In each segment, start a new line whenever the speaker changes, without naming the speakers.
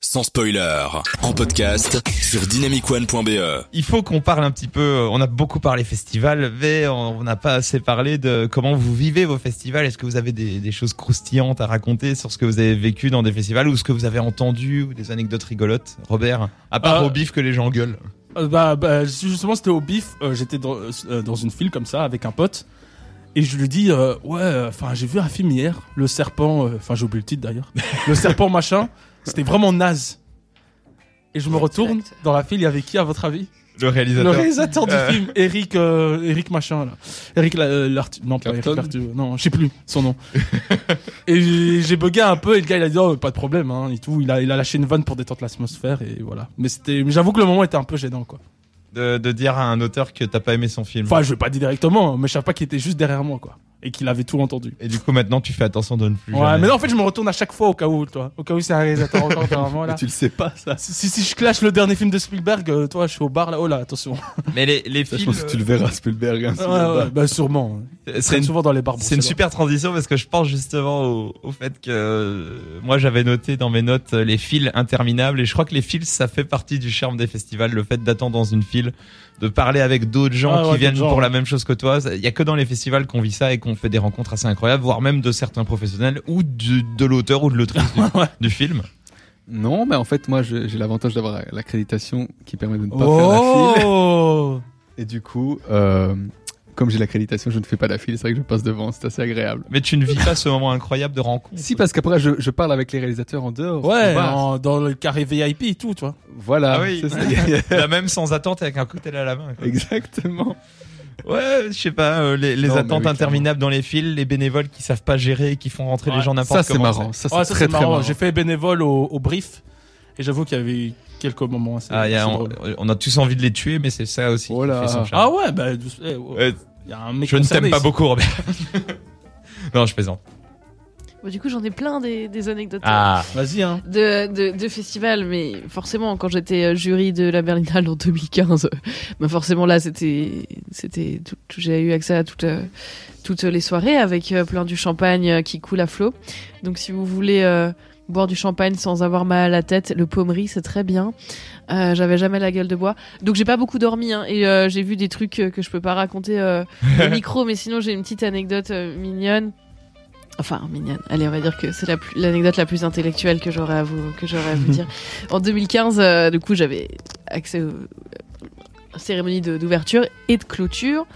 sans spoiler, en podcast sur dynamicone.be.
Il faut qu'on parle un petit peu, euh, on a beaucoup parlé festivals, mais on n'a pas assez parlé de comment vous vivez vos festivals. Est-ce que vous avez des, des choses croustillantes à raconter sur ce que vous avez vécu dans des festivals ou ce que vous avez entendu ou des anecdotes rigolotes Robert, à part
Euh,
au bif que les gens gueulent.
Euh, bah, bah, justement, c'était au bif. euh, J'étais dans, euh, dans une file comme ça avec un pote. Et je lui dis, euh, ouais, euh, enfin, j'ai vu un film hier, Le Serpent, euh, enfin, j'ai oublié le titre d'ailleurs, Le Serpent machin, c'était vraiment naze. Et je me retourne, dans la file, il y avait qui à votre avis
Le
Le
réalisateur.
réalisateur du
Euh.
film, Eric, euh, Eric machin, là. Eric la, euh, Lartu- non, pas
Clapton
Eric Lartu, euh, non, je sais plus son nom. et j'ai j'ai bugué un peu, et le gars, il a dit, oh, pas de problème, hein, et tout. Il a, il a lâché une vanne pour détendre l'atmosphère, et voilà. Mais c'était, mais j'avoue que le moment était un peu gênant, quoi.
de, de dire à un auteur que t'as pas aimé son film.
Enfin, je vais pas dire directement, hein, mais je savais pas qu'il était juste derrière moi, quoi. Et qu'il avait tout entendu.
Et du coup, maintenant, tu fais attention de ne plus.
Ouais,
jamais.
mais non, en fait, je me retourne à chaque fois au cas où, toi. Au cas où c'est un réalisateur encore derrière moi, là.
Tu le sais pas, ça.
Si, si, si je clash le dernier film de Spielberg, euh, toi, je suis au bar, là. Oh là, attention.
Mais les, les
Ça, je
films. euh,
pense que tu le verras, Spielberg. hein,
Ouais,
s'il est
ouais,
là-bas.
bah, sûrement.
C'est une
souvent dans les bars.
C'est une
bruxellois.
super transition parce que je pense justement au, au fait que euh, moi j'avais noté dans mes notes euh, les fils interminables et je crois que les fils ça fait partie du charme des festivals, le fait d'attendre dans une file, de parler avec d'autres gens
Ah ouais,
qui viennent
d'autres gens,
pour la
ouais.
même chose que toi. Il y a que dans les festivals qu'on vit ça et qu'on fait des rencontres assez incroyables, voire même de certains professionnels ou du- de l'auteur ou de l'autrice du, du film.
Non, mais en fait, moi, je- j'ai l'avantage d'avoir l'accréditation qui permet de ne pas faire la file.
Oh
Et du coup, euh, comme j'ai l'accréditation, je ne fais pas la file. C'est vrai que je passe devant. C'est assez agréable.
Mais tu ne vis pas ce moment incroyable de rencontre.
Si, parce qu'après, je, je parle avec les réalisateurs en dehors.
Ouais,
au bar.
en- dans le carré VIP et tout, tu vois.
Voilà.
Ah oui.
c'est ça.
la même sans attente et avec un cocktail à la main. quoi.
Exactement.
Ouais, je sais pas, euh, les, les
Non, mais oui,
attentes
clairement.
interminables dans les files, les bénévoles qui savent pas gérer et qui font rentrer les
Ouais,
gens n'importe
Ça, c'est
comment.
marrant. Ça, c'est
Ouais, ça,
très,
c'est
très
marrant.
marrant.
J'ai fait bénévole au, au brief. Et j'avoue qu'il y avait quelques moments assez,
Ah, y a-
assez
on,
drôles.
on a tous envie de les tuer, mais c'est ça aussi.
Oh
qui
là.
fait son charme.
Ah ouais, bah, eh, oh,
Euh,
y a un mec
je ne
concerné
t'aime pas
ici.
beaucoup, Robert. non, je plaisante.
Bon, du coup, j'en ai plein des, des anecdotes.
Ah,
Vas-y, hein.
de, de, de festivals, mais forcément, quand j'étais euh, jury de la Berlinale en 2015, euh, bah forcément là, c'était, c'était, tout- tout- j'ai eu accès à toute, euh, toutes les soirées avec euh, plein du champagne euh, qui coule à flot. Donc, si vous voulez euh, boire du champagne sans avoir mal à la tête, le pommery, c'est très bien. Euh, j'avais jamais la gueule de bois, donc j'ai pas beaucoup dormi hein, et euh, j'ai vu des trucs euh, que je peux pas raconter euh, au micro, mais sinon j'ai une petite anecdote euh, mignonne. Enfin, mignonne. Allez, on va dire que c'est la plus- l'anecdote la, plus intellectuelle que j'aurais à vous, que j'aurais à vous dire. En 2015, euh, du coup, j'avais accès au- aux cérémonies de- d'ouverture et de clôture.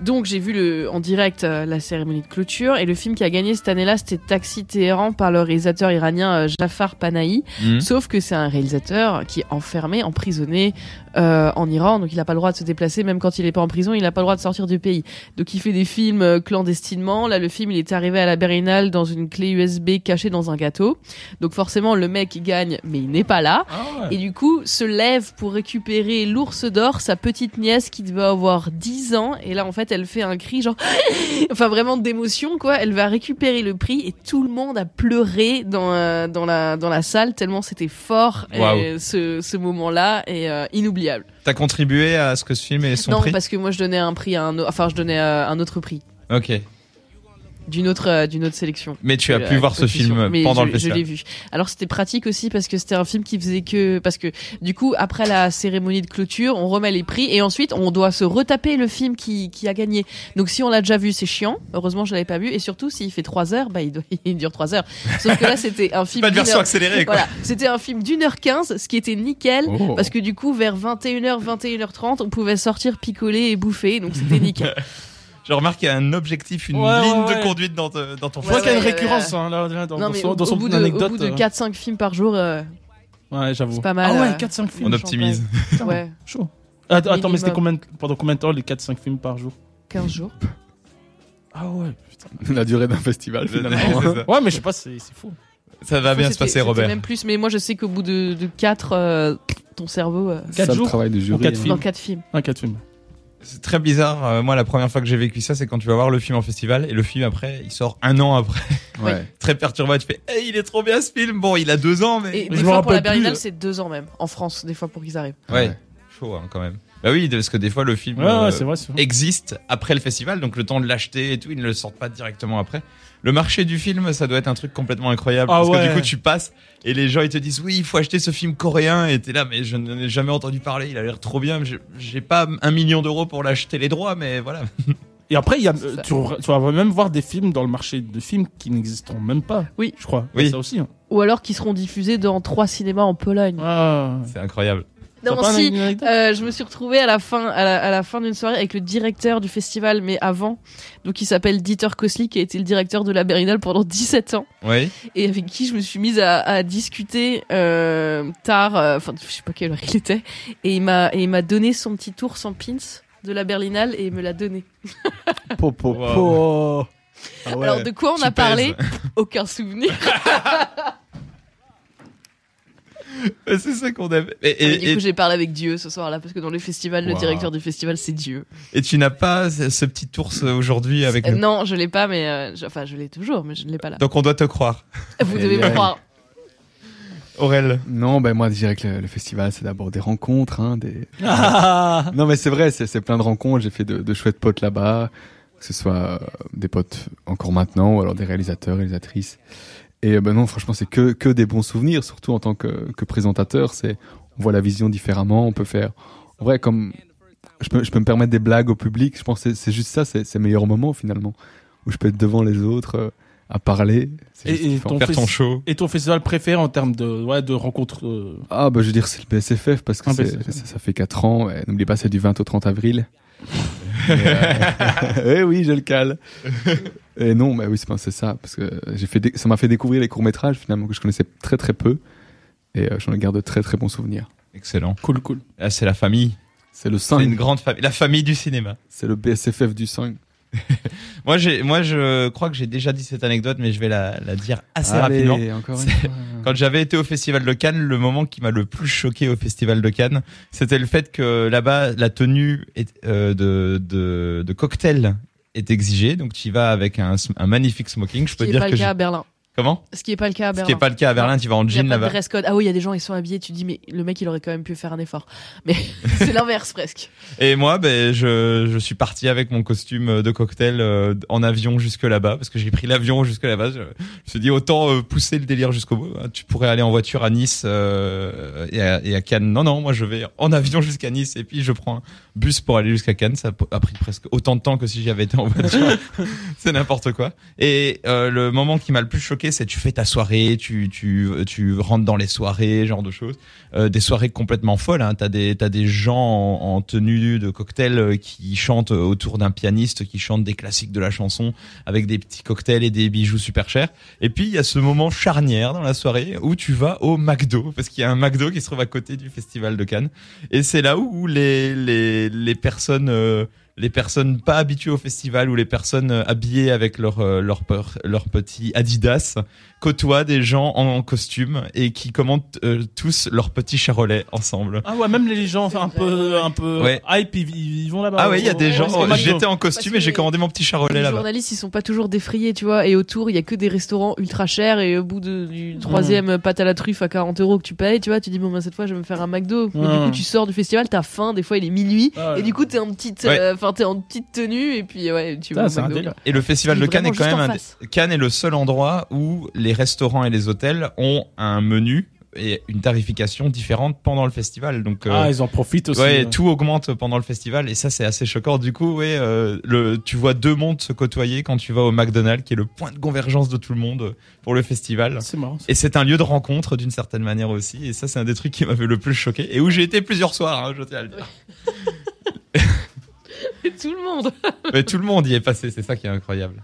Donc, j'ai vu le, en direct euh, la cérémonie de clôture. Et le film qui a gagné cette année-là, c'était Taxi Téhéran par le réalisateur iranien euh, Jafar Panahi.
Mhm.
Sauf que c'est un réalisateur qui est enfermé, emprisonné euh, en Iran. Donc, il n'a pas le droit de se déplacer. Même quand il n'est pas en prison, il n'a pas le droit de sortir du pays. Donc il fait des films euh, clandestinement. Là, le film, il est arrivé à la Berlinale dans une clé USB cachée dans un gâteau. Donc forcément, le mec il gagne, mais il n'est pas là.
Ah ouais.
Et du coup, se lève pour récupérer l'ours d'or, sa petite nièce qui doit avoir 10 ans. Et là, en fait, elle fait un cri genre, enfin vraiment d'émotion, quoi. Elle va récupérer le prix et tout le monde a pleuré dans, euh, dans, la, dans la salle tellement c'était fort
Waouh.
euh, ce, ce moment-là et euh, inoubliable.
t'as contribué à ce que ce film ait son
non,
prix.
parce que moi, je donnais un prix à un, au- enfin, je donnais euh, un autre prix
Ok,
d'une autre euh, d'une autre sélection.
mais tu as
Euh,
pu voir ce
compétition.
film
Mais
pendant
je-
le
Je l'ai
festival.
vu. Alors c'était pratique aussi parce que c'était un film qui faisait que parce que du coup après la cérémonie de clôture, on remet les prix et ensuite on doit se retaper le film qui, qui a gagné. Donc si on l'a déjà vu, c'est chiant. Heureusement, je l'avais pas vu et surtout s'il fait trois heures, bah il, doit- il dure trois heures. Sauf que là c'était un film
Pas de
d'une
version
heure-
accélérée, quoi.
Voilà, c'était un film d'une heure quinze, ce qui était nickel.
Oh.
Parce que du coup, vers 21h, 21h30, on pouvait sortir picoler et bouffer, donc c'était nickel.
Je remarque qu'il y a un objectif, une
Ouais,
ligne
ouais,
de
ouais.
conduite dans, te- dans ton
Je
Ouais,
vois
film.
qu'il y a une
ouais,
récurrence, hein, là, là, dans,
non,
dans
mais
son,
au,
dans
au
son
bout de,
anecdote.
au bout de
euh,
4-5 films par jour, euh,
Ouais, j'avoue.
c'est pas mal.
Ah ouais,
euh,
4-5 films.
On optimise.
Putain,
ouais,
Chaud. Att- Attends, mais
Minimum.
c'était combien de- pendant combien de temps les 4-5 films par jour
15 jours.
Ah ouais, putain.
La durée d'un festival, finalement.
C'est ça.
Ouais, mais je sais pas, c'est c'est fou.
ça va bien se
C'était-
passer,
c'était
Robert.
même plus, mais moi je sais qu'au bout de, de 4, ton cerveau. euh,
Quatre
ça, le
jours
travail du jury.
quatre
hein.
films.
dans 4 films.
Un 4 films.
C'est très bizarre. Euh, moi, la première fois que j'ai vécu ça, c'est quand tu vas voir le film en festival et le film après, il sort un an après.
Ouais.
très perturbant. Tu fais, hey, il est trop bien ce film. Bon, il a deux ans, mais.
Et
Mais
des
je me
fois pour la
rappelle plus,
Berlinale,
euh.
c'est 2 ans même. En France, des fois pour qu'ils arrivent.
Ouais, chaud hein, quand même. Bah oui, parce que des fois le film
Ouais, ouais,
euh,
c'est vrai. c'est vrai.
existe après le festival, donc le temps de l'acheter et tout, ils ne le sortent pas directement après. Le marché du film, ça doit être un truc complètement incroyable
Ah
parce que
ouais.
du coup tu passes et les gens ils te disent oui il faut acheter ce film coréen et t'es là mais je n'en ai jamais entendu parler, il a l'air trop bien, mais je- j'ai pas un million d'euros pour l'acheter les droits mais voilà.
Et après, il y a,
C'est
euh,
ça.
tu, tu vas même voir des films dans le marché de films qui n'existeront même pas.
Oui.
Je crois.
Oui.
Ça aussi. hein.
Ou alors qui seront diffusés dans trois cinémas en Pologne.
Ah.
C'est incroyable.
T'as
Non,
pas
si,
une anecdote
Euh, je me suis retrouvée à la fin, à la, à la fin d'une soirée avec le directeur du festival, mais avant. Donc, il s'appelle Dieter Kosli, qui a été le directeur de la Berlinale pendant 17 ans
Oui.
et avec qui je me suis mise à, à discuter euh, tard, euh, enfin, je sais pas quelle heure il était. Et il m'a, et il m'a donné son petit tour sans pins de la Berlinale et il me l'a donné.
Po, po,
Wow.
Oh.
po. Ah ouais.
Alors, de quoi on
tu
a parlé
pèses.
Aucun souvenir.
Mais C'est ça qu'on avait. Et,
Ah, Mais
et-
du
et-
coup, j'ai parlé avec Dieu ce soir-là, parce que dans les festivals, le
Wow.
directeur du festival, c'est Dieu.
et tu n'as pas ce ce petit ours aujourd'hui avec
Euh,
nous.
non, je l'ai pas, mais euh, je- enfin, je l'ai toujours, mais je ne l'ai pas là.
Donc on doit te croire,
Vous devez me
Aïe.
croire.
Aurel.
Non, ben moi je dirais que le, le festival c'est d'abord des rencontres, hein, des.
Ah.
Non mais c'est vrai, c'est c'est plein de rencontres. J'ai fait de, de chouettes potes là-bas, que ce soit euh, des potes encore maintenant ou alors des réalisateurs, réalisatrices. Et euh, ben non, franchement c'est que que des bons souvenirs, surtout en tant que, que présentateur. C'est on voit la vision différemment, on peut faire. En vrai, comme je peux je peux me permettre des blagues au public. Je pense que c'est- c'est juste ça, c'est c'est le meilleur moment finalement où je peux être devant les autres euh, à parler. C'est
Et-
juste
et
kiffant.
ton-
Faire ton
fes-
show.
Et ton festival préféré en termes de, ouais, de rencontres euh,
Ah bah je veux dire c'est le BSFF parce que
Un
c'est-
BSFF.
Ça, ça fait 4 ans. et N'oublie pas c'est du 20 au 30 avril. Et, euh, eh oui je le cale. Et non mais oui c'est pas- c'est ça parce que j'ai fait dé- ça m'a fait découvrir les courts métrages finalement que je connaissais très très peu et euh, j'en garde de très très bons souvenirs.
Excellent.
cool, cool.
Là c'est la famille.
C'est le
C'est
5,
une grande famille. La famille du cinéma.
c'est le BSFF du 5.
Moi, j'ai, moi, je crois que j'ai déjà dit cette anecdote, mais je vais la, la dire assez
Allez,
rapidement.
Encore une
C'est-
fois.
Quand j'avais été au Festival de Cannes, le moment qui m'a le plus choqué au Festival de Cannes, c'était le fait que là-bas, la tenue est- euh, de, de, de cocktail est exigée. Donc, tu y vas avec un, sm- un magnifique smoking. Je
Ce
peux
qui n'est
dire
pas
que
le cas
je-
à Berlin.
comment
Ce qui n'est pas le cas à
Ce
Berlin.
qui n'est pas le cas à Berlin. Tu vas en
Il y a
jean
pas de
là-bas.
dress code. Ah oui, il y a des gens, ils sont habillés, tu te dis, mais le mec, il aurait quand même pu faire un effort. Mais c'est l'inverse presque.
Et moi, ben, je, je suis parti avec mon costume de cocktail euh, en avion jusque là-bas, parce que j'ai pris l'avion jusque là-bas. Je, je me suis dit, autant euh, pousser le délire jusqu'au bout. hein. Tu pourrais aller en voiture à Nice euh, et, à, et à Cannes. Non, non, moi je vais en avion jusqu'à Nice, et puis je prends un bus pour aller jusqu'à Cannes. Ça a pris presque autant de temps que si j'avais été en voiture. c'est n'importe quoi. Et euh, le moment qui m'a le plus choqué, c'est tu fais ta soirée, tu, tu, tu rentres dans les soirées, genre de choses. Euh, des soirées complètement folles. Hein. T'as des t'as des gens en, en tenue de cocktail euh, qui chantent autour d'un pianiste, qui chantent des classiques de la chanson avec des petits cocktails et des bijoux super chers. Et puis il y a ce moment charnière dans la soirée où tu vas au McDo parce qu'il y a un McDo qui se trouve à côté du festival de Cannes. Et c'est là où les les les personnes euh, les personnes pas habituées au festival ou les personnes euh, habillées avec leur euh, leur peur- leur petit Adidas côtoient des gens en, en costume et qui commentent euh, tous leur petit charolais ensemble.
Ah ouais, même les gens un peu, un peu
Ouais.
hype, ils, ils vont là-bas. Oh,
Ah ouais, il y a des
ouais,
gens.
parce que
J'étais en costume
parce
et
que
j'ai commandé mon petit charolais
les
là-bas.
journalistes, ils sont pas toujours défrayés, tu vois. Et autour, il y a que des restaurants ultra chers. Et au bout de-
Hmm.
du troisième pâte à la truffe à 40 euros que tu payes, tu vois, tu dis, bon, ben, cette fois, je vais me faire un McDo. Mais du
Ouais.
coup, tu sors du festival, t'as faim. Des fois, il est minuit.
Hmm. Ah ouais.
Et du coup, t'es en petite,
Ouais.
euh, enfin, t'es en petite tenue. Et puis, ouais, tu vas
Putain,
au
c'est un
McDo.
délire.
Et le festival de
Il est
Cannes est quand
vraiment
même
juste
un
en face.
des- Cannes est le seul endroit où les restaurants et les hôtels ont un menu et une tarification différente pendant le festival. Donc euh,
Ah, ils en profitent aussi.
Ouais, tout augmente pendant le festival et ça c'est assez choquant. Du coup, ouais, euh, le, tu vois deux mondes se côtoyer quand tu vas au McDonald's, qui est le point de convergence de tout le monde pour le festival.
C'est marrant. ça.
Et c'est un lieu de rencontre d'une certaine manière aussi. Et ça c'est un des trucs qui m'avait le plus choqué et où j'ai été plusieurs soirs, hein, je tiens à le dire.
Tout le monde.
Mais tout le monde y est passé, c'est ça qui est incroyable.